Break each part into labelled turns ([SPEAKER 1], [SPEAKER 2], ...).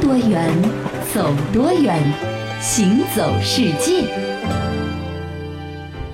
[SPEAKER 1] 多远，走多远，行走世界。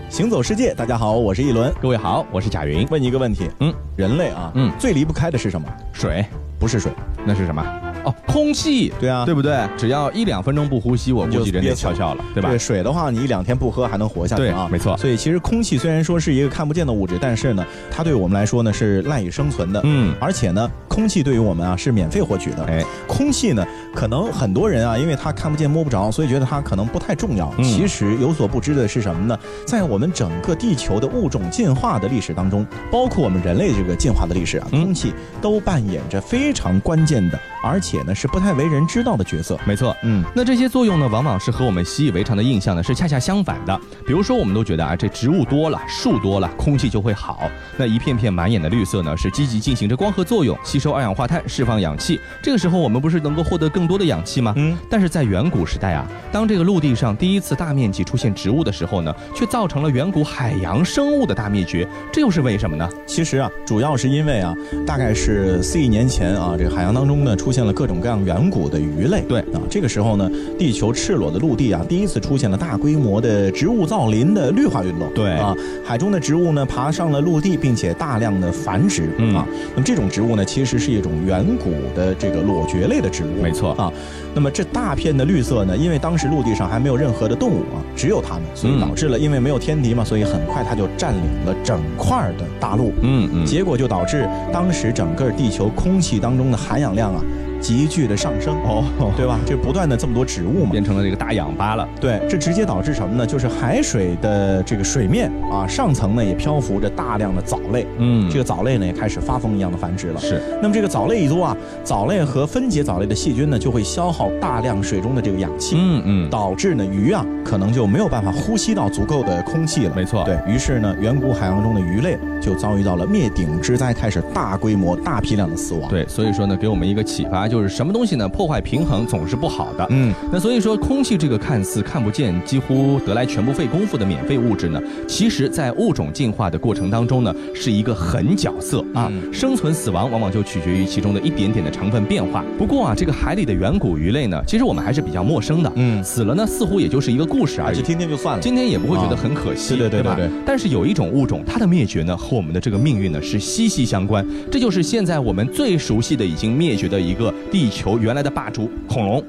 [SPEAKER 2] 行走世界，大家好，我是一轮。
[SPEAKER 3] 各位好，我是贾云。
[SPEAKER 2] 问你一个问题，
[SPEAKER 3] 嗯，
[SPEAKER 2] 人类啊，
[SPEAKER 3] 嗯
[SPEAKER 2] 最离不开的是什么？
[SPEAKER 3] 水
[SPEAKER 2] 不是水，
[SPEAKER 3] 那是什么？哦，空气，
[SPEAKER 2] 对啊
[SPEAKER 3] 对不对？只要一两分钟不呼吸，我
[SPEAKER 2] 你就
[SPEAKER 3] 估计人就
[SPEAKER 2] 憋死
[SPEAKER 3] 翘翘了，对吧？
[SPEAKER 2] 水的话，你一两天不喝还能活下去啊，
[SPEAKER 3] 对没错
[SPEAKER 2] 所以其实空气虽然说是一个看不见的物质，但是呢，它对我们来说呢是赖以生存的。
[SPEAKER 3] 嗯
[SPEAKER 2] 而且呢，空气对于我们啊是免费获取的。
[SPEAKER 3] 哎，
[SPEAKER 2] 空气呢，可能很多人啊，因为他看不见摸不着，所以觉得它可能不太重要。
[SPEAKER 3] 嗯
[SPEAKER 2] 其实有所不知的是什么呢？在我们整个地球的物种进化的历史当中，包括我们人类这个进化的历史啊，
[SPEAKER 3] 嗯
[SPEAKER 2] 空气都扮演着非常关键的，而且呢是不太为人知道的角色。
[SPEAKER 3] 没错。
[SPEAKER 2] 嗯，
[SPEAKER 3] 那这些作用呢，往往是和我们习以为常的印象呢是恰恰相反的。比如说，我们都觉得啊，这植物多了，树多了，空气就会好。那一片片满眼的绿色呢，是积极进行着光合作用，吸收二氧化碳，释放氧气。这个时候，我们不是能够获得更多的氧气吗？
[SPEAKER 2] 嗯
[SPEAKER 3] 但是在远古时代啊，当这个陆地上第一次大面积出现植物的时候呢，却造成了远古海洋生物的大灭绝。这又是为什么呢？
[SPEAKER 2] 其实啊，主要是因为啊，大概是四亿年前啊，这个海洋当中呢出现了各种各样远古的鱼类。
[SPEAKER 3] 对
[SPEAKER 2] 啊，这个时候呢，地球赤裸的陆地啊，第一次出现了大规模的植物造林的绿化运动。
[SPEAKER 3] 对
[SPEAKER 2] 啊，海中的植物呢爬上了陆地，并且大量的繁殖、
[SPEAKER 3] 嗯
[SPEAKER 2] 啊。那么这种植物呢，其实是一种远古的这个裸蕨类的植物。
[SPEAKER 3] 没错
[SPEAKER 2] 啊。那么这大片的绿色呢，因为当时陆地上还没有任何的动物啊，只有它们，所以
[SPEAKER 3] 嗯
[SPEAKER 2] 导致了因为没有天敌嘛，所以很快它就占领了整块儿的大陆。
[SPEAKER 3] 嗯嗯
[SPEAKER 2] 结果就导致当时整个地球空气当中的含氧量啊急剧的上升，
[SPEAKER 3] 哦，
[SPEAKER 2] 对吧？这不断的这么多植物嘛，
[SPEAKER 3] 变成了这个大氧吧了。
[SPEAKER 2] 对，这直接导致什么呢？就是海水的这个水面啊上层呢也漂浮着大量的藻类，
[SPEAKER 3] 嗯
[SPEAKER 2] 这个藻类呢也开始发疯一样的繁殖了。
[SPEAKER 3] 是
[SPEAKER 2] 那么这个藻类一多啊，藻类和分解藻类的细菌呢就会消耗大量水中的这个氧气，
[SPEAKER 3] 嗯嗯，
[SPEAKER 2] 导致呢鱼啊可能就没有办法呼吸到足够的空气了。
[SPEAKER 3] 没错。
[SPEAKER 2] 对啊于是呢，远古海洋中的鱼类就遭遇到了灭顶之灾，开始大规模、大批量的死亡。，
[SPEAKER 3] 对，所以说呢，给我们一个启发，就是什么东西呢，破坏平衡总是不好的。
[SPEAKER 2] 嗯，
[SPEAKER 3] 那所以说，空气这个看似看不见、几乎得来全不费功夫的免费物质呢，其实在物种进化的过程当中呢，是一个狠角色啊。
[SPEAKER 2] 嗯
[SPEAKER 3] 生存死亡往往就取决于其中的一点点的成分变化。不过啊，这个海里的远古鱼类呢，其实我们还是比较陌生的。
[SPEAKER 2] 嗯
[SPEAKER 3] 死了呢，似乎也就是一个故事而
[SPEAKER 2] 而
[SPEAKER 3] 已
[SPEAKER 2] 且。听听就算了。
[SPEAKER 3] 今天也不会觉得很可惜，
[SPEAKER 2] 啊对对对
[SPEAKER 3] 吧
[SPEAKER 2] 对对
[SPEAKER 3] 但是有一种物种，它的灭绝呢和我们的这个命运呢是息息相关，这就是现在我们最熟悉的已经灭绝的一个地球原来的霸主恐龙。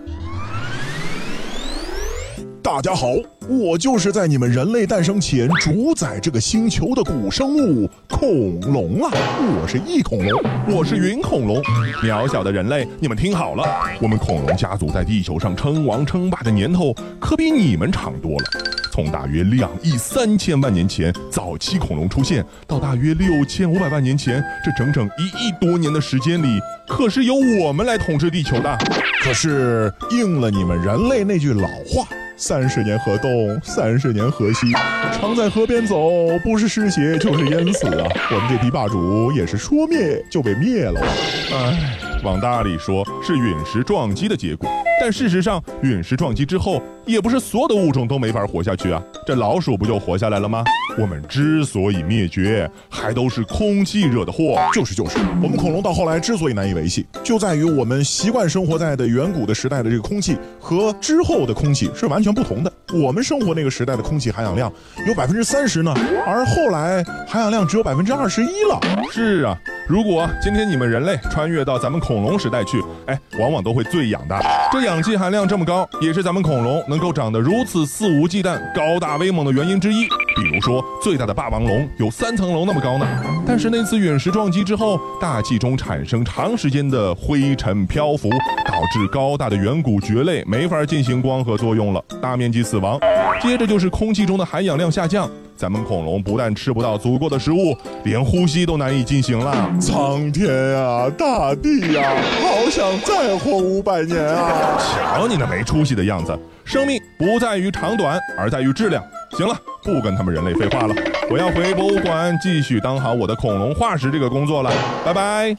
[SPEAKER 4] 大家好，我就是在你们人类诞生前主宰这个星球的古生物恐龙啊！我是翼恐龙，我是云恐龙。渺小的人类，你们听好了，我们恐龙家族在地球上称王称霸的年头可比你们长多了。从大约两亿三千万年前早期恐龙出现，到大约六千五百万年前，这整整一亿多年的时间里，可是由我们来统治地球的。
[SPEAKER 5] 可是应了你们人类那句老话：“三十年河东，三十年河西。”常在河边走，不是湿鞋就是淹死啊！我们这批霸主也是说灭就被灭了啊。
[SPEAKER 4] 唉，往大里说是陨石撞击的结果，但事实上，陨石撞击之后，也不是所有的物种都没法活下去啊。这老鼠不就活下来了吗？我们之所以灭绝，还都是空气惹的祸。
[SPEAKER 5] 就是就是，我们恐龙到后来之所以难以维系，就在于我们习惯生活在的远古的时代的这个空气和之后的空气是完全不同的。我们生活那个时代的空气含氧量有百分之三十呢，而后来含氧量只有百分之二十一了。
[SPEAKER 4] 是啊，如果今天你们人类穿越到咱们恐龙时代去，哎，往往都会最氧的。这氧气含量这么高，也是咱们恐龙能够长得如此肆无忌惮、高大威猛的原因之一。比如说，最大的霸王龙有三层楼那么高呢。但是那次陨石撞击之后，大气中产生长时间的灰尘漂浮，导致高大的远古蕨类没法进行光合作用了，大面积死亡。接着就是空气中的含氧量下降，咱们恐龙不但吃不到足够的食物，连呼吸都难以进行了。
[SPEAKER 5] 苍天啊，大地呀、好想再活五百年啊！
[SPEAKER 4] 瞧你那没出息的样子！生命不在于长短，而在于质量。行了，不跟他们人类废话了，我要回博物馆继续当好我的恐龙化石这个工作了，拜拜。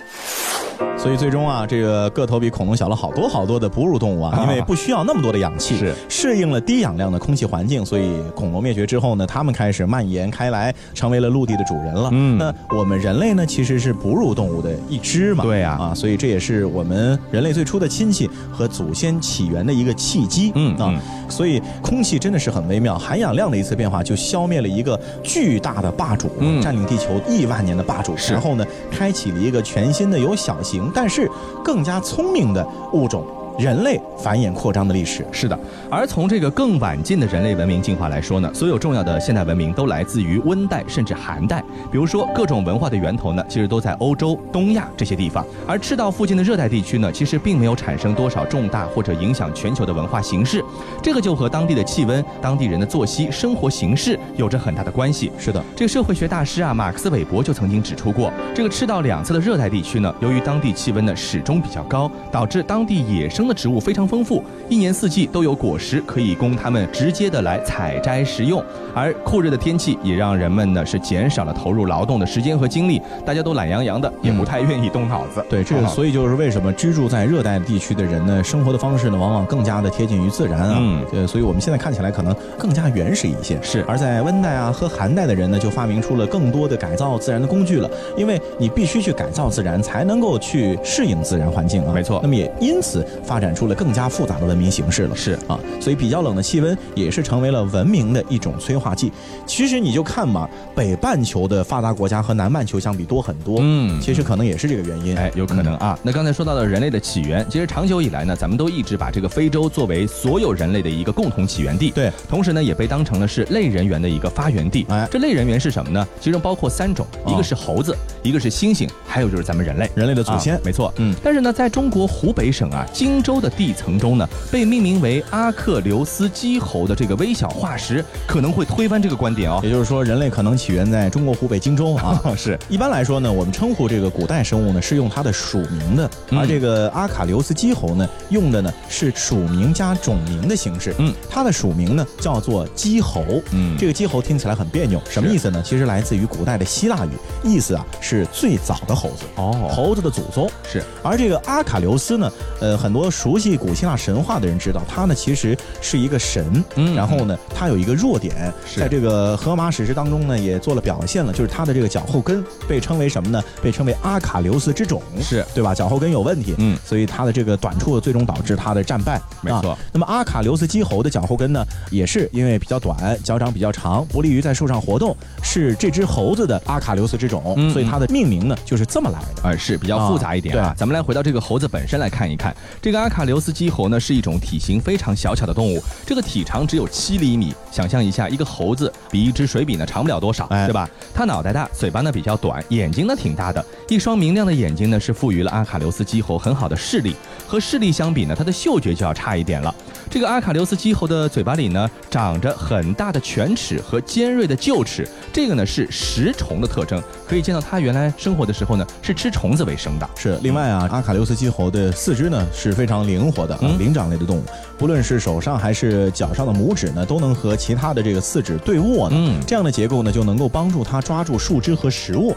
[SPEAKER 2] 所以最终啊，这个个头比恐龙小了好多好多的哺乳动物啊，因为不需要那么多的氧气，
[SPEAKER 3] 是
[SPEAKER 2] 适应了低氧量的空气环境，所以恐龙灭绝之后呢，它们开始蔓延开来，成为了陆地的主人了。
[SPEAKER 3] 嗯
[SPEAKER 2] 那我们人类呢，其实是哺乳动物的一支嘛，
[SPEAKER 3] 对啊
[SPEAKER 2] 啊，所以这也是我们人类最初的亲戚和祖先起源的一个契机，
[SPEAKER 3] 嗯
[SPEAKER 2] 啊
[SPEAKER 3] 嗯，
[SPEAKER 2] 所以空气真的是很微妙，含氧量的一次变化就消灭了一个巨大的霸主，
[SPEAKER 3] 嗯
[SPEAKER 2] 占领地球亿万年的霸主，
[SPEAKER 3] 是
[SPEAKER 2] 然后呢，开启了一个全新的有小型但是更加聪明的物种——人类繁衍扩张的历史。
[SPEAKER 3] 是的，而从这个更晚近的人类文明进化来说呢，所有重要的现代文明都来自于温带甚至寒带。比如说，各种文化的源头呢，其实都在欧洲、东亚这些地方。而赤道附近的热带地区呢，其实并没有产生多少重大或者影响全球的文化形式。这个就和当地的气温、当地人的作息、生活形式有着很大的关系。
[SPEAKER 2] 是的，
[SPEAKER 3] 这个社会学大师啊，马克思韦伯就曾经指出过，这个赤道两侧的热带地区呢，由于当地气温呢始终比较高，导致当地野生的植物非常丰富，一年四季都有果实可以供他们直接的来采摘食用。而酷热的天气也让人们呢是减少了投入劳动的时间和精力，大家都懒洋洋的，也不太愿意动脑子。
[SPEAKER 2] 对，这个
[SPEAKER 3] 啊
[SPEAKER 2] 所以就是为什么居住在热带地区的人呢，生活的方式呢，往往更加的贴近于自然啊。
[SPEAKER 3] 嗯
[SPEAKER 2] 呃，所以我们现在看起来可能更加原始一些。
[SPEAKER 3] 是
[SPEAKER 2] 而在温带啊和寒带的人呢，就发明出了更多的改造自然的工具了，因为你必须去改造自然，才能够去适应自然环境啊。
[SPEAKER 3] 没错
[SPEAKER 2] 那么也因此发展出了更加复杂的文明形式了。
[SPEAKER 3] 是
[SPEAKER 2] 啊，所以比较冷的气温也是成为了文明的一种催化剂。其实你就看嘛，北半球的发达国家和南半球相比多很多。
[SPEAKER 3] 嗯
[SPEAKER 2] 其实可能也是这个原因。
[SPEAKER 3] 哎，有可能啊。那刚才说到的人类的起源，其实长久以来呢，咱们都一直把这个非洲作为所有人类的一个共同起源地，
[SPEAKER 2] 对，
[SPEAKER 3] 同时呢也被当成了是类人猿的一个发源地。
[SPEAKER 2] 哎
[SPEAKER 3] 这类人猿是什么呢？其中包括三种，
[SPEAKER 2] 哦
[SPEAKER 3] 一个是猴子，一个是猩猩，还有就是咱们人类。
[SPEAKER 2] 人类的祖先
[SPEAKER 3] 啊，没错，
[SPEAKER 2] 嗯
[SPEAKER 3] 但是呢，在中国湖北省啊荆州的地层中呢，被命名为阿克琉斯基猴的这个微小化石，可能会推翻这个观点哦。
[SPEAKER 2] 也就是说，人类可能起源在中国湖北荆州 啊。
[SPEAKER 3] 是
[SPEAKER 2] 一般来说呢，我们称呼这个古代生物呢是用它的属名的，
[SPEAKER 3] 嗯
[SPEAKER 2] 而这个阿卡琉斯基猴呢用的呢是属名加种名的形式。
[SPEAKER 3] 嗯，
[SPEAKER 2] 它的属名呢叫做鸡猴。
[SPEAKER 3] 嗯
[SPEAKER 2] 这个鸡猴听起来很别扭，什么意思呢？其实来自于古代的希腊语，意思啊是最早的猴子。
[SPEAKER 3] 哦
[SPEAKER 2] 猴子的祖宗
[SPEAKER 3] 是，
[SPEAKER 2] 而这个阿卡琉斯呢，呃，很多熟悉古希腊神话的人知道，他呢其实是一个神，
[SPEAKER 3] 嗯
[SPEAKER 2] 然后呢，他有一个弱点，
[SPEAKER 3] 是
[SPEAKER 2] 在这个荷马史诗当中呢也做了表现了，就是他的这个脚后跟被称为什么呢？被称为阿卡琉斯之种，
[SPEAKER 3] 是
[SPEAKER 2] 对吧？脚后跟有问题，
[SPEAKER 3] 嗯
[SPEAKER 2] 所以他的这个短处最终导致他的战败，
[SPEAKER 3] 没错
[SPEAKER 2] 啊那么阿卡琉斯基猴的脚后跟呢，也是因为比较短，脚掌比较长，不利于在树上活动，是这只猴子的阿卡琉斯之种，
[SPEAKER 3] 嗯
[SPEAKER 2] 所以它的命名呢就是这么来的。
[SPEAKER 3] 呃，是比较复杂一点啊。
[SPEAKER 2] 啊对
[SPEAKER 3] 咱们来回到这个猴子本身来看一看，这个阿卡琉斯基猴呢是一种体型非常小巧的动物，这个体长只有七厘米。想象一下，一个猴子比一支水笔呢长不了多少，
[SPEAKER 2] 哎
[SPEAKER 3] 对吧？它脑袋大，嘴巴呢比较短，眼睛呢挺大的，一双明亮的眼睛呢是赋予了阿卡琉斯基猴很好的视力。和视力相比呢，它的嗅觉就要差一点了。这个阿卡琉斯基猴的嘴巴里呢长着很大的犬齿和尖锐的臼齿，这个呢是食虫的特征，可以见到它原来生活的时候呢是吃虫子为生的。
[SPEAKER 2] 是，另外啊，阿卡琉斯基猴的四肢呢是非常灵活的、啊
[SPEAKER 3] 嗯，
[SPEAKER 2] 灵长类的动物，不论是手上还是脚上的拇指呢，都能和其他的这个四指对握呢。
[SPEAKER 3] 嗯
[SPEAKER 2] 这样的结构呢，就能够帮助它抓住树枝和食物。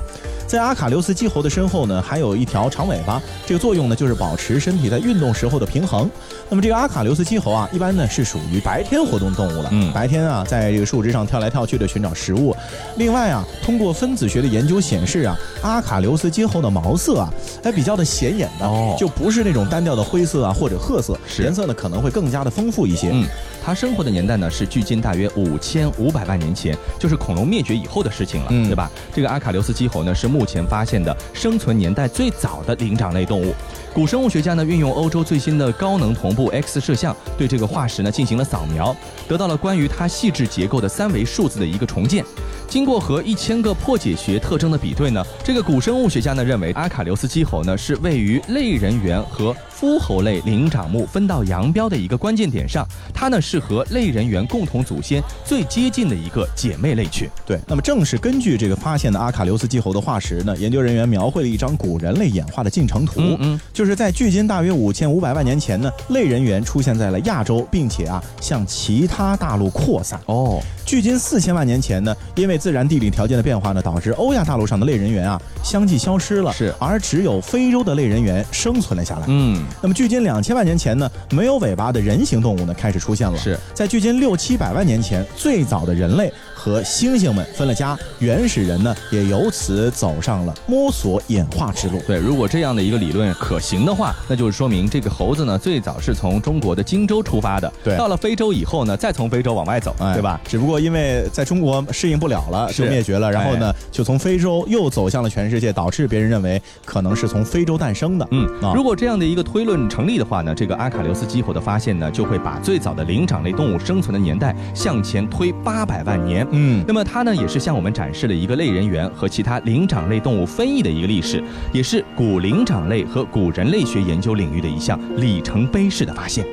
[SPEAKER 2] 在阿卡琉斯基猴的身后呢，还有一条长尾巴，这个作用呢就是保持身体在运动时候的平衡。那么这个阿卡琉斯基猴啊，一般呢是属于白天活动动物了，
[SPEAKER 3] 嗯
[SPEAKER 2] 白天啊在这个树枝上跳来跳去的寻找食物。另外啊，通过分子学的研究显示啊，阿卡琉斯基猴的毛色啊，还比较的显眼的，
[SPEAKER 3] 哦
[SPEAKER 2] 就不是那种单调的灰色啊或者褐色，
[SPEAKER 3] 是
[SPEAKER 2] 颜色呢可能会更加的丰富一些。
[SPEAKER 3] 嗯，它生活的年代呢是距今大约五千五百万年前，就是恐龙灭绝以后的事情了，
[SPEAKER 2] 嗯
[SPEAKER 3] 对吧？这个阿卡琉斯基猴呢是目前发现的生存年代最早的灵长类动物。古生物学家呢运用欧洲最新的高能同步 X 摄像，对这个化石呢进行了扫描，得到了关于它细致结构的三维数字的一个重建。经过和一千个破解学特征的比对呢，这个古生物学家呢认为阿卡琉斯基猴呢是位于类人猿和夫猴类灵长目分道扬镳的一个关键点上，它呢是和类人猿共同祖先最接近的一个姐妹类群。
[SPEAKER 2] 对，那么正是根据这个发现的阿卡琉斯基猴的化石呢，研究人员描绘了一张古人类演化的进程图，
[SPEAKER 3] 嗯嗯
[SPEAKER 2] 就是在距今大约五千五百万年前呢，类人猿出现在了亚洲，并且啊向其他大陆扩散。
[SPEAKER 3] 哦，
[SPEAKER 2] 距今四千万年前呢，因为自然地理条件的变化呢，导致欧亚大陆上的类人猿啊相继消失了，
[SPEAKER 3] 是
[SPEAKER 2] 而只有非洲的类人猿生存了下来。
[SPEAKER 3] 嗯，
[SPEAKER 2] 那么距今两千万年前呢，没有尾巴的人形动物呢开始出现了。
[SPEAKER 3] 是
[SPEAKER 2] 在距今六七百万年前，最早的人类和猩猩们分了家，原始人呢也由此走上了摸索演化之路。
[SPEAKER 3] 对。如果这样的一个理论可行的话，那就是说明这个猴子呢，最早是从中国的荆州出发的，
[SPEAKER 2] 对
[SPEAKER 3] 到了非洲以后呢，再从非洲往外走，
[SPEAKER 2] 哎
[SPEAKER 3] 对吧？？
[SPEAKER 2] 只不过因为在中国适应不了了，
[SPEAKER 3] 是哎
[SPEAKER 2] 就灭绝了。然后呢，就从非洲又走向了全世界，导致别人认为可能是从非洲诞生的。
[SPEAKER 3] 嗯
[SPEAKER 2] 啊，
[SPEAKER 3] 如果这样的一个推论成立的话呢，这个阿卡琉斯基猴的发现呢，就会把最早的灵长类动物生存的年代向前推八百万年。
[SPEAKER 2] 嗯，
[SPEAKER 3] 那么它呢，也是向我们展示了一个类人猿和其他灵长类动物分异的一个历史，也是古灵长类和古人类学研究领域的一项里程碑式的发现。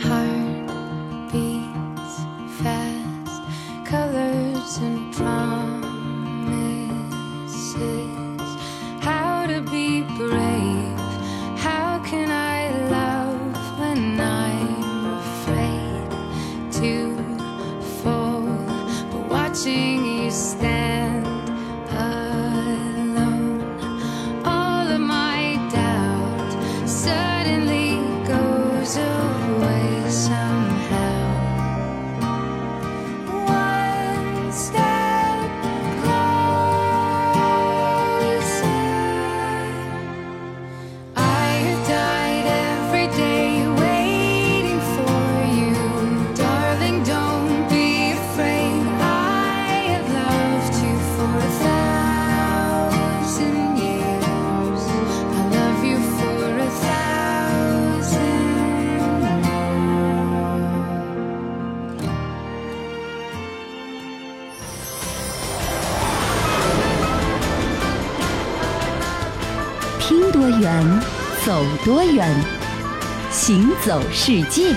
[SPEAKER 6] Heart beats fast, colors and promises. How to be brave? How can I love when I'm afraid to fall? But watching you stand alone, all of my doubt suddenly goes away somehow. One step closer. I have died every day waiting for you. Darling, don't be afraid. I have loved you for a thousand years. I love you for a thousand more.
[SPEAKER 1] 听多远，走多远，行走世界。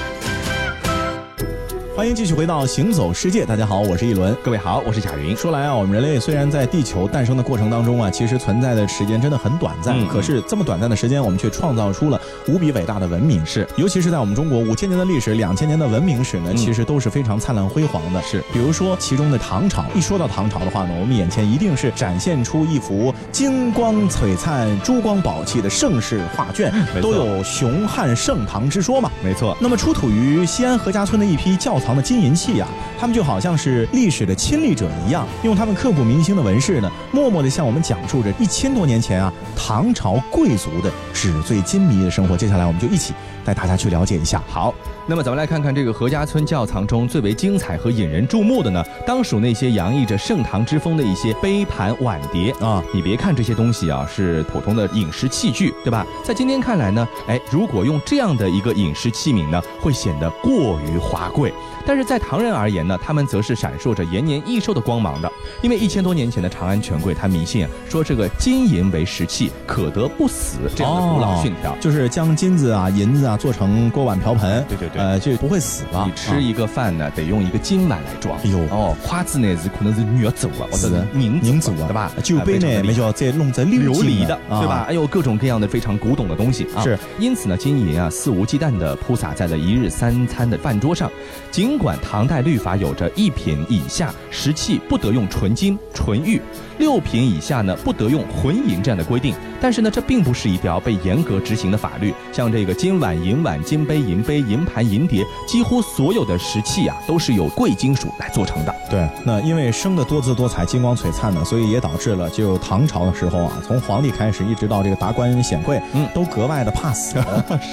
[SPEAKER 2] 欢迎继续回到《行走世界》，大家好，我是一轮。
[SPEAKER 3] 各位好，我是贾云。
[SPEAKER 2] 说来啊，我们人类虽然在地球诞生的过程当中啊，其实存在的时间真的很短暂，
[SPEAKER 3] 嗯
[SPEAKER 2] 可是这么短暂的时间，我们却创造出了无比伟大的文明。
[SPEAKER 3] 是，
[SPEAKER 2] 尤其是在我们中国五千年的历史、两千年的文明史呢，
[SPEAKER 3] 嗯
[SPEAKER 2] 其实都是非常灿烂辉煌的。
[SPEAKER 3] 是
[SPEAKER 2] 比如说其中的唐朝，一说到唐朝的话呢，我们眼前一定是展现出一幅金光璀璨、珠光宝气的盛世画卷
[SPEAKER 3] 没，错
[SPEAKER 2] 都有雄哦汉盛唐之说嘛。
[SPEAKER 3] 没错，
[SPEAKER 2] 那么出土于西安何家村的一批窖藏的金银器啊，他们就好像是历史的亲历者一样，用他们刻骨铭心的纹饰呢，默默地向我们讲述着一千多年前啊唐朝贵族的纸醉金迷的生活。接下来我们就一起带大家去了解一下。
[SPEAKER 3] 好，那么咱们来看看这个何家村窖藏中最为精彩和引人注目的呢，当属那些洋溢着盛唐之风的一些杯盘碗碟
[SPEAKER 2] 啊
[SPEAKER 3] 你别看这些东西啊是普通的饮食器具，对吧？在今天看来呢，哎，如果用这样的一个饮食器皿呢，会显得过于华贵。但是在唐人而言呢，他们则是闪烁着延年益寿的光芒的，因为一千多年前的长安权贵他迷信啊说这个金银为食器，可得不死这样的古老
[SPEAKER 2] 哦
[SPEAKER 3] 训条。
[SPEAKER 2] 就是将金子啊、银子啊做成锅碗瓢盆，
[SPEAKER 3] 对对对
[SPEAKER 2] 呃，就不会死了。
[SPEAKER 3] 你吃
[SPEAKER 2] 啊
[SPEAKER 3] 一个饭呢，得用一个金碗来装。
[SPEAKER 2] 哎呦
[SPEAKER 3] 哦，筷子呢是可能是女走了，或者
[SPEAKER 2] 是
[SPEAKER 3] 是拧
[SPEAKER 2] 宁
[SPEAKER 3] 走
[SPEAKER 2] 祖
[SPEAKER 3] 了，对吧？啊哎
[SPEAKER 2] 酒杯呢，没叫再弄在
[SPEAKER 3] 琉
[SPEAKER 2] 琉
[SPEAKER 3] 璃的，
[SPEAKER 2] 啊
[SPEAKER 3] 对吧？？哎呦，各种各样的非常古董的东西啊。
[SPEAKER 2] 是，
[SPEAKER 3] 因此呢，金银啊肆无忌惮地铺洒在了一日三餐的饭桌上。尽管唐代律法有着一品以下食器不得用纯金、纯玉，六品以下呢不得用浑银这样的规定，但是呢，这并不是一条被严格执行的法律。像这个金碗、银碗、金杯、银杯、银盘、银碟，几乎所有的食器啊都是由贵金属来做成的。
[SPEAKER 2] 对，那因为生的多姿多彩、金光璀璨呢，所以也导致了就唐朝的时候啊，从皇帝开始一直到这个达官显贵，
[SPEAKER 3] 嗯
[SPEAKER 2] 都格外的怕 死，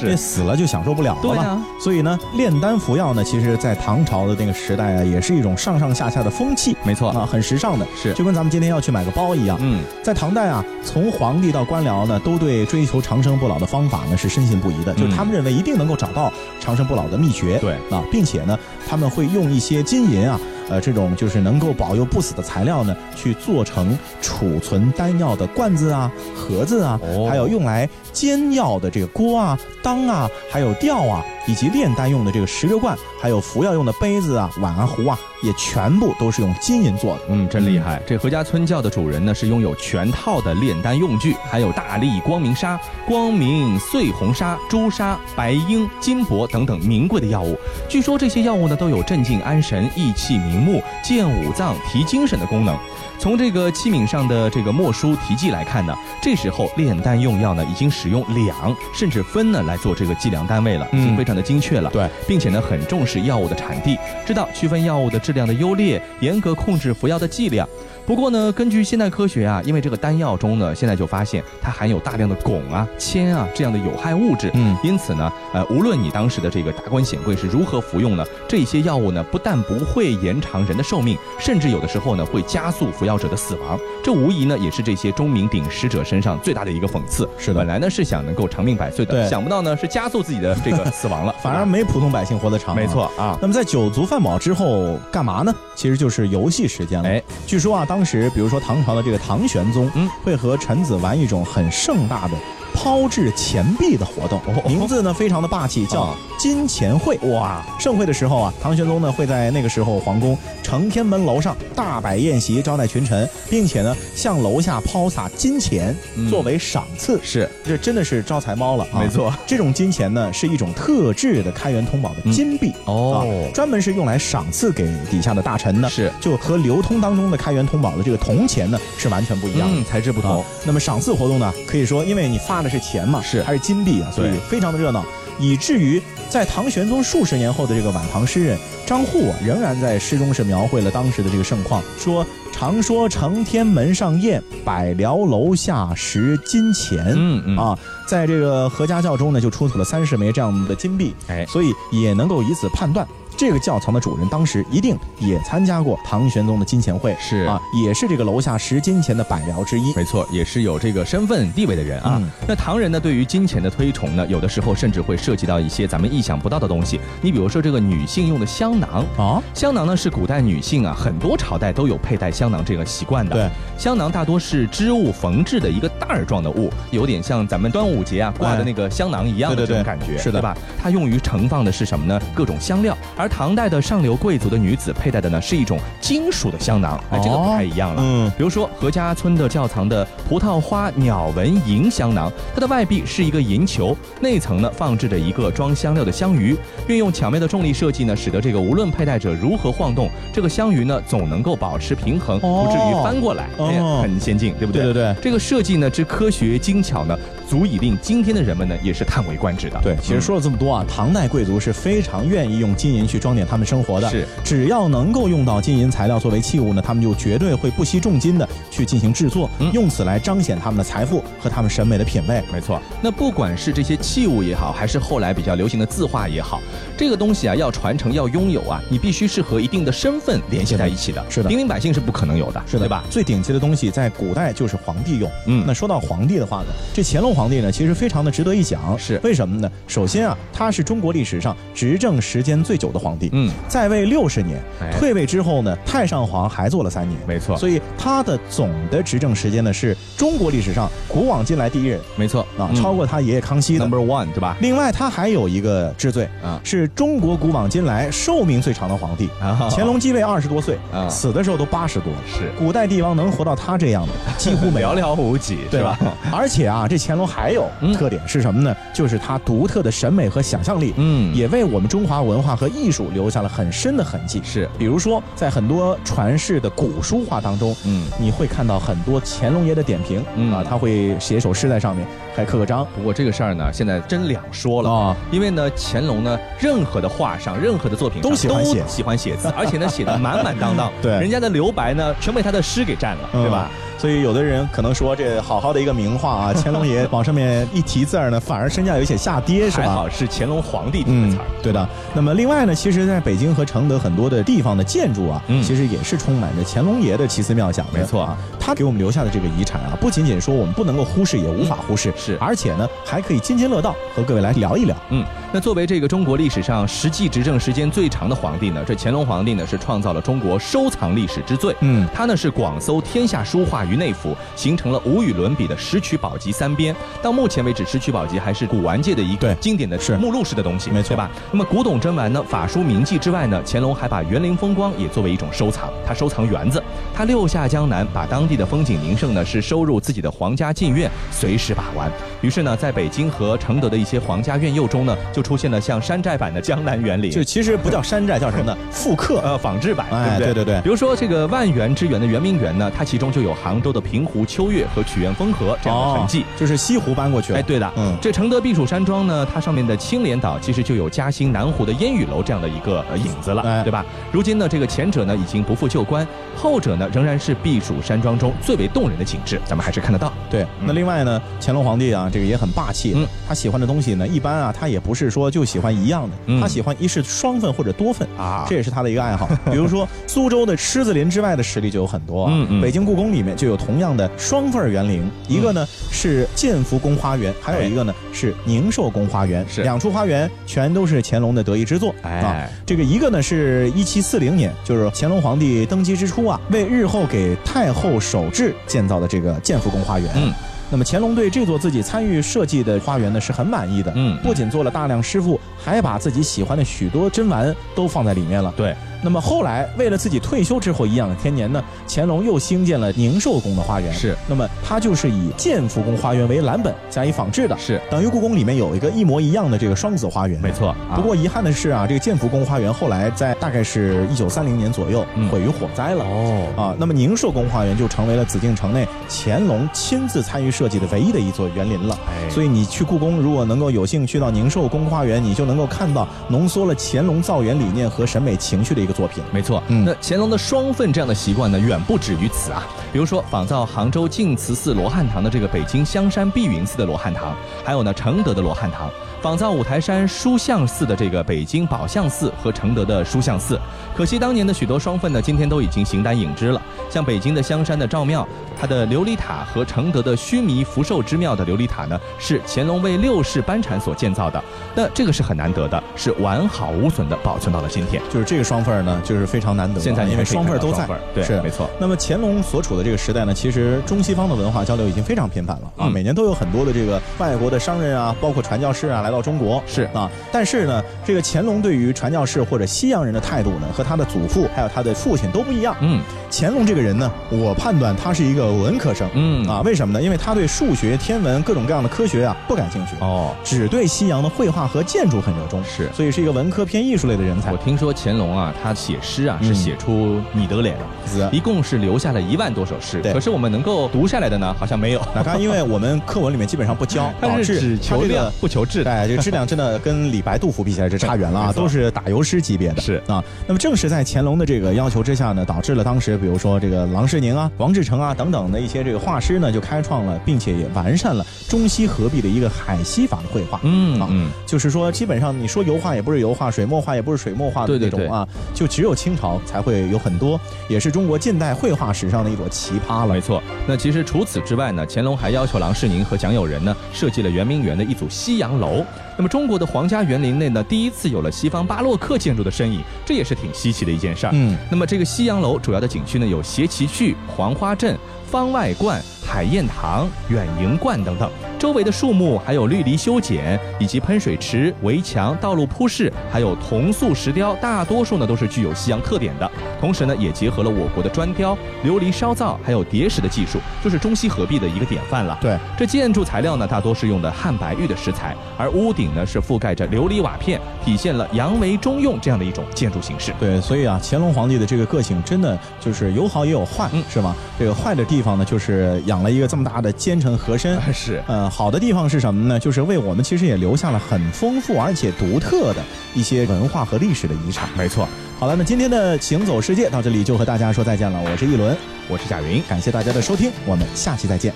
[SPEAKER 2] 这死了就享受不了了
[SPEAKER 3] 对
[SPEAKER 2] 嘛。
[SPEAKER 3] 啊
[SPEAKER 2] 所以呢，炼丹服药呢，其实在唐朝的那个时代啊，也是一种上上下下的风气。
[SPEAKER 3] 没错
[SPEAKER 2] 啊，很时尚的，
[SPEAKER 3] 是
[SPEAKER 2] 就跟咱们今天要去买个包一样。
[SPEAKER 3] 嗯，
[SPEAKER 2] 在唐代啊，从皇帝到官僚呢，都对追求长生不老的方法呢是深信不疑的，就是他们认为一定能够找到长生不老的秘诀。
[SPEAKER 3] 嗯对
[SPEAKER 2] 啊，并且呢，他们会用一些金银啊，呃，这种就是能够保佑不死的材料呢，去做成储存丹药的罐子啊、盒子啊，
[SPEAKER 3] 哦
[SPEAKER 2] 还有用来煎药的这个锅啊、当啊，还有吊啊，以及炼丹用的这个石榴罐，还有服药用的杯子啊、碗啊、壶啊。也全部都是用金银做的。
[SPEAKER 3] 嗯，真厉害！这何家村教的主人呢，是拥有全套的炼丹用具，还有大力光明砂、光明碎红砂、朱砂、白缨、金箔等等名贵的药物。据说这些药物呢，都有镇静安神、益气明目、健五脏、提精神的功能。从这个器皿上的这个墨书题记来看呢，这时候炼丹用药呢，已经使用两甚至分呢来做这个计量单位了，已经
[SPEAKER 2] 嗯
[SPEAKER 3] 非常的精确了。
[SPEAKER 2] 对，
[SPEAKER 3] 并且呢很重视药物的产地，知道区分药物的质量的优劣，严格控制服药的剂量。不过呢，根据现代科学啊，因为这个丹药中呢，现在就发现它含有大量的汞啊、铅啊这样的有害物质。
[SPEAKER 2] 嗯
[SPEAKER 3] 因此呢，呃，无论你当时的这个达官显贵是如何服用呢，这些药物呢，不但不会延长人的寿命，甚至有的时候呢，会加速服药者的死亡。这无疑呢，也是这些钟鸣鼎食者身上最大的一个讽刺。
[SPEAKER 2] 是的
[SPEAKER 3] 本来呢是想能够长命百岁 的，
[SPEAKER 2] 对，
[SPEAKER 3] 想不到呢是加速自己的这个死亡了
[SPEAKER 2] 反而没普通百姓活得长、
[SPEAKER 3] 没错。啊。
[SPEAKER 2] 那么在酒足饭饱之后干嘛呢？其实就是游戏时间了。
[SPEAKER 3] 哎，
[SPEAKER 2] 据说啊，当时比如说唐朝的这个唐玄宗，
[SPEAKER 3] 嗯
[SPEAKER 2] 会和臣子玩一种很盛大的抛掷钱币的活动，
[SPEAKER 3] 哦
[SPEAKER 2] 名字呢非常的霸气，叫
[SPEAKER 3] 啊
[SPEAKER 2] 金钱会。哇，盛会的时候啊，唐玄宗呢会在那个时候皇宫承天门楼上大摆宴席招待群臣，并且呢向楼下抛洒金钱、
[SPEAKER 3] 嗯
[SPEAKER 2] 作为赏赐，
[SPEAKER 3] 是
[SPEAKER 2] 这真的是招财猫了、啊。
[SPEAKER 3] 没错，嗯
[SPEAKER 2] 这种金钱呢是一种特制的开元通宝的金币。啊，专门是用来赏赐给底下的大臣的，
[SPEAKER 3] 哦是
[SPEAKER 2] 就和流通当中的开元通宝的这个铜钱呢是完全不一样的。
[SPEAKER 3] 嗯，材质不同
[SPEAKER 2] 啊，那么赏赐活动呢，可以说因为你发的是钱嘛，
[SPEAKER 3] 是
[SPEAKER 2] 还是金币啊，所以
[SPEAKER 3] 对
[SPEAKER 2] 非常的热闹，以至于在唐玄宗数十年后的这个晚唐诗人张祜啊，仍然在诗中是描绘了当时的这个盛况，说常说承天门上宴，百僚楼下拾金钱。
[SPEAKER 3] 嗯嗯
[SPEAKER 2] 啊，在这个何家教中呢，就出土了三十枚这样的金币，
[SPEAKER 3] 哎
[SPEAKER 2] 所以也能够以此判断，这个教堂的主人当时一定也参加过唐玄宗的金钱会，
[SPEAKER 3] 是
[SPEAKER 2] 啊，也是这个楼下拾金钱的百僚之一。
[SPEAKER 3] 没错，也是有这个身份地位的人啊。
[SPEAKER 2] 嗯
[SPEAKER 3] 那唐人呢，对于金钱的推崇呢，有的时候甚至会涉及到一些咱们意想不到的东西。你比如说这个女性用的香囊，
[SPEAKER 2] 啊，
[SPEAKER 3] 香囊呢是古代女性啊，很多朝代都有佩戴香囊这个习惯的。
[SPEAKER 2] 对，
[SPEAKER 3] 香囊大多是织物缝制的一个袋儿状的物，有点像咱们端午节啊挂的那个香囊一样的
[SPEAKER 2] 对对
[SPEAKER 3] 这种
[SPEAKER 2] 对
[SPEAKER 3] 感觉，
[SPEAKER 2] 是的
[SPEAKER 3] 对吧？它用于盛放的是什么呢？各种香料。而唐代的上流贵族的女子佩戴的呢是一种金属的香囊，哎，这个不太一样了。
[SPEAKER 2] 嗯，
[SPEAKER 3] 比如说何家村的教堂的葡萄花鸟纹银香囊，它的外壁是一个银球，内层呢放置着一个装香料的香鱼。运用巧妙的重力设计呢，使得这个无论佩戴者如何晃动，这个香鱼呢总能够保持平衡，
[SPEAKER 2] 哦
[SPEAKER 3] 不至于翻过来。
[SPEAKER 2] 哦
[SPEAKER 3] 哎很先进，对不对？
[SPEAKER 2] 对对对。
[SPEAKER 3] 这个设计呢之科学精巧呢，足以令今天的人们呢也是叹为观止的。
[SPEAKER 2] 对，其实说了这么多啊，唐代贵族是非常愿意用金银去装点他们生活的。
[SPEAKER 3] 是，
[SPEAKER 2] 只要能够用到金银材料作为器物呢，他们就绝对会不惜重金的去进行制作，
[SPEAKER 3] 嗯
[SPEAKER 2] 用此来彰显他们的财富和他们审美的品味。
[SPEAKER 3] 没错。那不管是这些器物也好，还是后来比较流行的字画也好，这个东西啊，要传承要拥有啊，你必须是和一定的身份联系在一起的。
[SPEAKER 2] 是的
[SPEAKER 3] 平民百姓是不可能有的，
[SPEAKER 2] 是的，
[SPEAKER 3] 对吧？？
[SPEAKER 2] 最顶级的东西在古代就是皇帝用。
[SPEAKER 3] 嗯
[SPEAKER 2] 那说到皇帝的话呢，这乾隆皇帝呢，其实非常的值得一讲。
[SPEAKER 3] 是
[SPEAKER 2] 为什么呢？首先啊，他是中国历史上执政时间最久的皇帝，
[SPEAKER 3] 嗯，
[SPEAKER 2] 在位六十年，
[SPEAKER 3] 哎
[SPEAKER 2] 退位之后呢，太上皇还做了三年。
[SPEAKER 3] 没错，
[SPEAKER 2] 所以他的总的执政时间呢，是中国历史上古往今来第一人
[SPEAKER 3] 没错嗯
[SPEAKER 2] 啊，超过他爷爷康熙的。
[SPEAKER 3] number one，对吧？
[SPEAKER 2] 另外，他还有一个治罪
[SPEAKER 3] 啊
[SPEAKER 2] 是中国古往今来寿命最长的皇帝。
[SPEAKER 3] 啊
[SPEAKER 2] 乾隆继位二十多岁
[SPEAKER 3] 啊，
[SPEAKER 2] 死的时候都八十多了。
[SPEAKER 3] 是
[SPEAKER 2] 古代帝王能活到他这样的， 几乎没有
[SPEAKER 3] 寥。寥无几，
[SPEAKER 2] 啊对
[SPEAKER 3] 是
[SPEAKER 2] 吧？而且啊，这乾隆还有
[SPEAKER 3] 嗯
[SPEAKER 2] 特点是什么呢？就是他独特的审美和想象力，
[SPEAKER 3] 嗯
[SPEAKER 2] 也为我们中华文化和艺术留下了很深的痕迹。
[SPEAKER 3] 是
[SPEAKER 2] 比如说，在很多传世的古书画当中，
[SPEAKER 3] 嗯
[SPEAKER 2] 你会看到很多乾隆爷的点评，
[SPEAKER 3] 嗯
[SPEAKER 2] 啊，他会写一首诗在上面，还刻个章。
[SPEAKER 3] 不过这个事儿呢，现在真两说了
[SPEAKER 2] 啊
[SPEAKER 3] 因为呢，乾隆呢，任何的画上，任何的作品上
[SPEAKER 2] 都喜欢写
[SPEAKER 3] 都喜欢写字，而且呢，写的满满当当。
[SPEAKER 2] 对嗯
[SPEAKER 3] 人家的留白呢，全被他的诗给占了，对吧？
[SPEAKER 2] 所以有的人可能说，这好好的一个名画 啊，乾隆爷往上面一提字儿呢，反而身价有一些下跌，是
[SPEAKER 3] 还
[SPEAKER 2] 吧
[SPEAKER 3] 好？是乾隆皇帝这个
[SPEAKER 2] 嗯
[SPEAKER 3] 词儿。，
[SPEAKER 2] 对的。那么另外呢，其实在北京和承德很多的地方的建筑啊，
[SPEAKER 3] 嗯
[SPEAKER 2] 其实也是充满着乾隆爷的奇思妙想的。
[SPEAKER 3] 没错
[SPEAKER 2] 啊，他给我们留下的这个遗产啊，不仅仅说我们不能够忽视，也无法忽视，
[SPEAKER 3] 是
[SPEAKER 2] 而且呢，还可以津津乐道，和各位来聊一聊。
[SPEAKER 3] 嗯，那作为这个中国历史上实际执政时间最长的皇帝呢，这乾隆皇帝呢是创造了中国收藏历史之最。
[SPEAKER 2] 嗯
[SPEAKER 3] 他呢是广搜天下书画于内府，形成了无与伦比的《石渠宝笈》三编。到目前为止，《石渠宝笈》还是古玩界的一个
[SPEAKER 2] 对
[SPEAKER 3] 经典的
[SPEAKER 2] 是
[SPEAKER 3] 目录式的东西，
[SPEAKER 2] 没错
[SPEAKER 3] 对吧？那么古董珍玩呢，法书名记之外呢，乾隆还把园林风光也作为一种收藏，他收藏园子，他六下江南，把当地的风景名胜呢是收入自己的皇家禁院，随时把玩。于是呢，在北京和承德的一些皇家院囿中呢，就出现了像山寨版的江南园林，
[SPEAKER 2] 就其实不叫山寨，叫什么呢？复刻。
[SPEAKER 3] 呃仿制版，
[SPEAKER 2] 哎，
[SPEAKER 3] 对不
[SPEAKER 2] 对
[SPEAKER 3] 对？
[SPEAKER 2] 对对
[SPEAKER 3] 比，如说这个万园之园的圆明园呢，它其中就有杭州的平湖秋月和曲苑风荷这样的痕迹。
[SPEAKER 2] 哦就是西湖搬过去了
[SPEAKER 3] 哎，。对的，
[SPEAKER 2] 嗯
[SPEAKER 3] 这承德避暑山庄呢，它上面的青莲岛其实就有嘉兴南湖的烟雨楼这样的一个呃影子了，
[SPEAKER 2] 哎
[SPEAKER 3] 对吧？如今呢，这个前者呢已经不复旧观，后者呢仍然是避暑山庄中最为动人的景致，咱们还是看得到。
[SPEAKER 2] 对，那另外呢，乾隆皇帝啊，这个也很霸气。
[SPEAKER 3] 嗯
[SPEAKER 2] 他喜欢的东西呢，一般啊，他也不是说就喜欢一样的，
[SPEAKER 3] 嗯
[SPEAKER 2] 他喜欢一是双份或者多份
[SPEAKER 3] 啊
[SPEAKER 2] 这也是他的一个 爱好。比如说，苏州的狮子林之外的实例就有很多啊。
[SPEAKER 3] 嗯嗯
[SPEAKER 2] 北京故宫里面就有同样的双份园林，一个呢是建福宫花园，还有一个呢是宁寿宫花园，
[SPEAKER 3] 是
[SPEAKER 2] 两处花园全都是乾隆的得意之作。
[SPEAKER 3] 哎
[SPEAKER 2] 啊，这个一个呢是一七四零年，就是乾隆皇帝登基之初啊，为日后给太后守制建造的这个建福宫花园。
[SPEAKER 3] 嗯。
[SPEAKER 2] 那么乾隆对这座自己参与设计的花园呢是很满意的，
[SPEAKER 3] 嗯
[SPEAKER 2] 不仅做了大量师傅，还把自己喜欢的许多珍玩都放在里面了。
[SPEAKER 3] 对，
[SPEAKER 2] 那么后来为了自己退休之后颐养天年呢，乾隆又兴建了宁寿宫的花园，
[SPEAKER 3] 是，
[SPEAKER 2] 那么它就是以建福宫花园为蓝本加以仿制的，
[SPEAKER 3] 是
[SPEAKER 2] 等于故宫里面有一个一模一样的这个双子花园，
[SPEAKER 3] 没错。
[SPEAKER 2] 不过遗憾的是啊，这个建福宫花园后来在大概是一九三零年左右
[SPEAKER 3] 嗯
[SPEAKER 2] 毁于火灾了。
[SPEAKER 3] 哦
[SPEAKER 2] 啊，那么宁寿宫花园就成为了紫禁城内乾隆亲自参与设计的唯一的一座园林了。
[SPEAKER 3] 哎
[SPEAKER 2] 所以你去故宫，如果能够有幸去到宁寿宫花园，你就能够看到浓缩了乾隆造园理念和审美情绪的一个作品。
[SPEAKER 3] 没错，
[SPEAKER 2] 嗯
[SPEAKER 3] 那乾隆的双份这样的习惯呢，远不止于此啊。比如说，仿造杭州净慈寺罗汉堂的这个北京香山碧云寺的罗汉堂，还有呢承德的罗汉堂，仿造五台山书相寺的这个北京宝相寺和承德的书相寺。可惜当年的许多双份呢，今天都已经形单影只了。像北京的香山的赵庙，它的琉璃塔和承德的须弥福寿之庙的琉璃塔呢，是乾隆为六世班禅所建造的，那这个是很难得的，是完好无损的保存到了今天。
[SPEAKER 2] 就是这个双份儿呢，就是非常难得啊。
[SPEAKER 3] 现在你
[SPEAKER 2] 因
[SPEAKER 3] 还
[SPEAKER 2] 为
[SPEAKER 3] 可以
[SPEAKER 2] 双份儿
[SPEAKER 3] 看到
[SPEAKER 2] 都在
[SPEAKER 3] 双份儿，对
[SPEAKER 2] 是
[SPEAKER 3] 没错
[SPEAKER 2] 那么乾隆所处的这个时代呢，其实中西方的文化交流已经非常频繁了啊，
[SPEAKER 3] 嗯
[SPEAKER 2] 每年都有很多的这个外国的商人啊，包括传教士啊来到中国
[SPEAKER 3] 是
[SPEAKER 2] 啊。但是呢，这个乾隆对于传教士或者西洋人的态度呢，和他的祖父还有他的父亲都不一样。
[SPEAKER 3] 嗯，
[SPEAKER 2] 乾隆这个人呢，我判断他是一个文科生，
[SPEAKER 3] 嗯
[SPEAKER 2] 啊，为什么呢？因为他对数学、天文各种各样的科学啊不感兴趣，
[SPEAKER 3] 哦，
[SPEAKER 2] 只对西洋的绘画和建筑很热衷，
[SPEAKER 3] 是
[SPEAKER 2] 所以是一个文科偏艺术类的人才
[SPEAKER 3] 我。听说乾隆啊，他写诗啊
[SPEAKER 2] 哎嗯
[SPEAKER 3] 是写出你的脸，啊
[SPEAKER 2] 子
[SPEAKER 3] 一共是留下了一万多首诗，
[SPEAKER 2] 对
[SPEAKER 3] 可是我们能够读下来的呢，好像没有。，
[SPEAKER 2] 那刚因为我们课文里面基本上不教
[SPEAKER 3] 它
[SPEAKER 2] 导
[SPEAKER 3] 是
[SPEAKER 2] 致
[SPEAKER 3] 只
[SPEAKER 2] 它
[SPEAKER 3] 求
[SPEAKER 2] 这
[SPEAKER 3] 量
[SPEAKER 2] 个
[SPEAKER 3] 不求质的。
[SPEAKER 2] 哎，这个质量真的跟李白、杜甫比起来，这差远了
[SPEAKER 3] 没
[SPEAKER 2] 啊，
[SPEAKER 3] 错
[SPEAKER 2] 都是打油诗级别的。
[SPEAKER 3] 是
[SPEAKER 2] 啊，那么正是在乾隆的这个要求之下呢，导致了当时比如说这个郎世宁啊、王志成啊等等的一些这个画师呢，就开创了并且也完善了中西合璧的一个海西法的绘画。
[SPEAKER 3] 嗯
[SPEAKER 2] 啊
[SPEAKER 3] 嗯，
[SPEAKER 2] 就是说，基本上你说油画也不是油画，水墨画也不是水墨画的
[SPEAKER 3] 对对
[SPEAKER 2] 那种啊，就只有清朝才会有很多，也是中国近代绘画史上的一朵奇葩了
[SPEAKER 3] 没。错。那其实除此之外呢，乾隆还要求郎世宁和蒋友仁呢设计了圆明园的一组西洋楼。那么中国的皇家园林内呢，第一次有了西方巴洛克建筑的身影，这也是挺稀奇的一件事儿。
[SPEAKER 2] 嗯，
[SPEAKER 3] 那么这个西洋楼主要的景区呢，有斜旗峪、黄花镇、方外观、海晏堂、远迎观等等。周围的树木还有绿篱修剪，以及喷水池、围墙、道路铺饰，还有铜塑石雕，大多数呢都是具有西洋特点的。同时呢，也结合了我国的砖雕、琉璃烧造还有叠石的技术，就是中西合璧的一个典范了。
[SPEAKER 2] 对，
[SPEAKER 3] 这建筑材料呢，大多是用的汉白玉的石材，而屋顶呢是覆盖着琉璃瓦片，体现了洋为中用这样的一种建筑形式。
[SPEAKER 2] 对，所以啊，乾隆皇帝的这个个性真的就是有好也有坏，
[SPEAKER 3] 嗯
[SPEAKER 2] 是吧？这个坏的地方呢，就是养了一个这么大的奸臣和 珅。
[SPEAKER 3] 是，
[SPEAKER 2] 呃，好的地方是什么呢？就是为我们其实也留下了很丰富而且独特的一些文化和历史的遗产。
[SPEAKER 3] 没错。
[SPEAKER 2] 好了，那今天的行走世界到这里就和大家说再见了。我是一轮，
[SPEAKER 3] 我是贾云。
[SPEAKER 2] 感谢大家的收听，我们下期再见。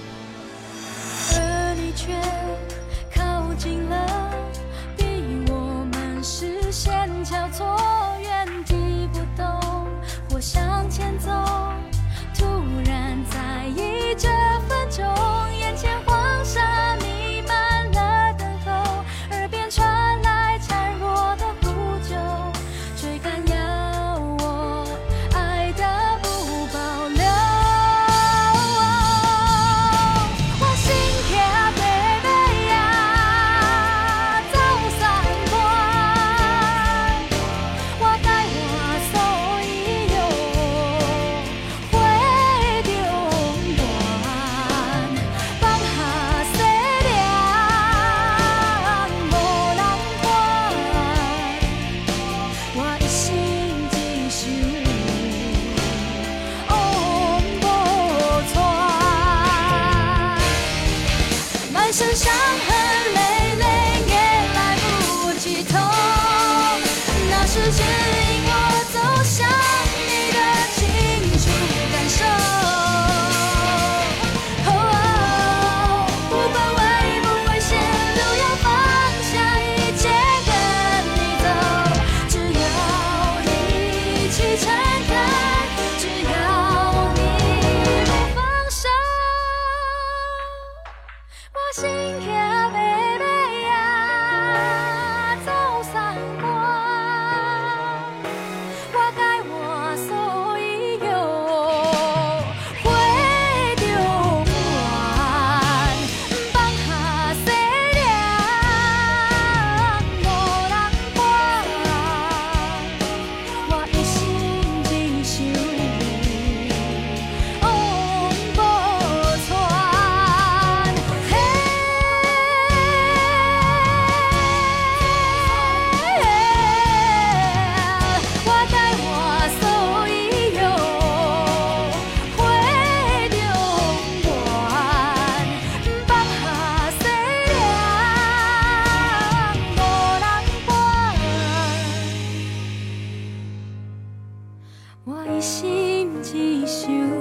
[SPEAKER 6] 而你却靠近了，逼我们视线交错，原地不动或向前走。突然在意这分钟，眼前黄沙弥漫了等候，耳边传来敲 Oh，继续。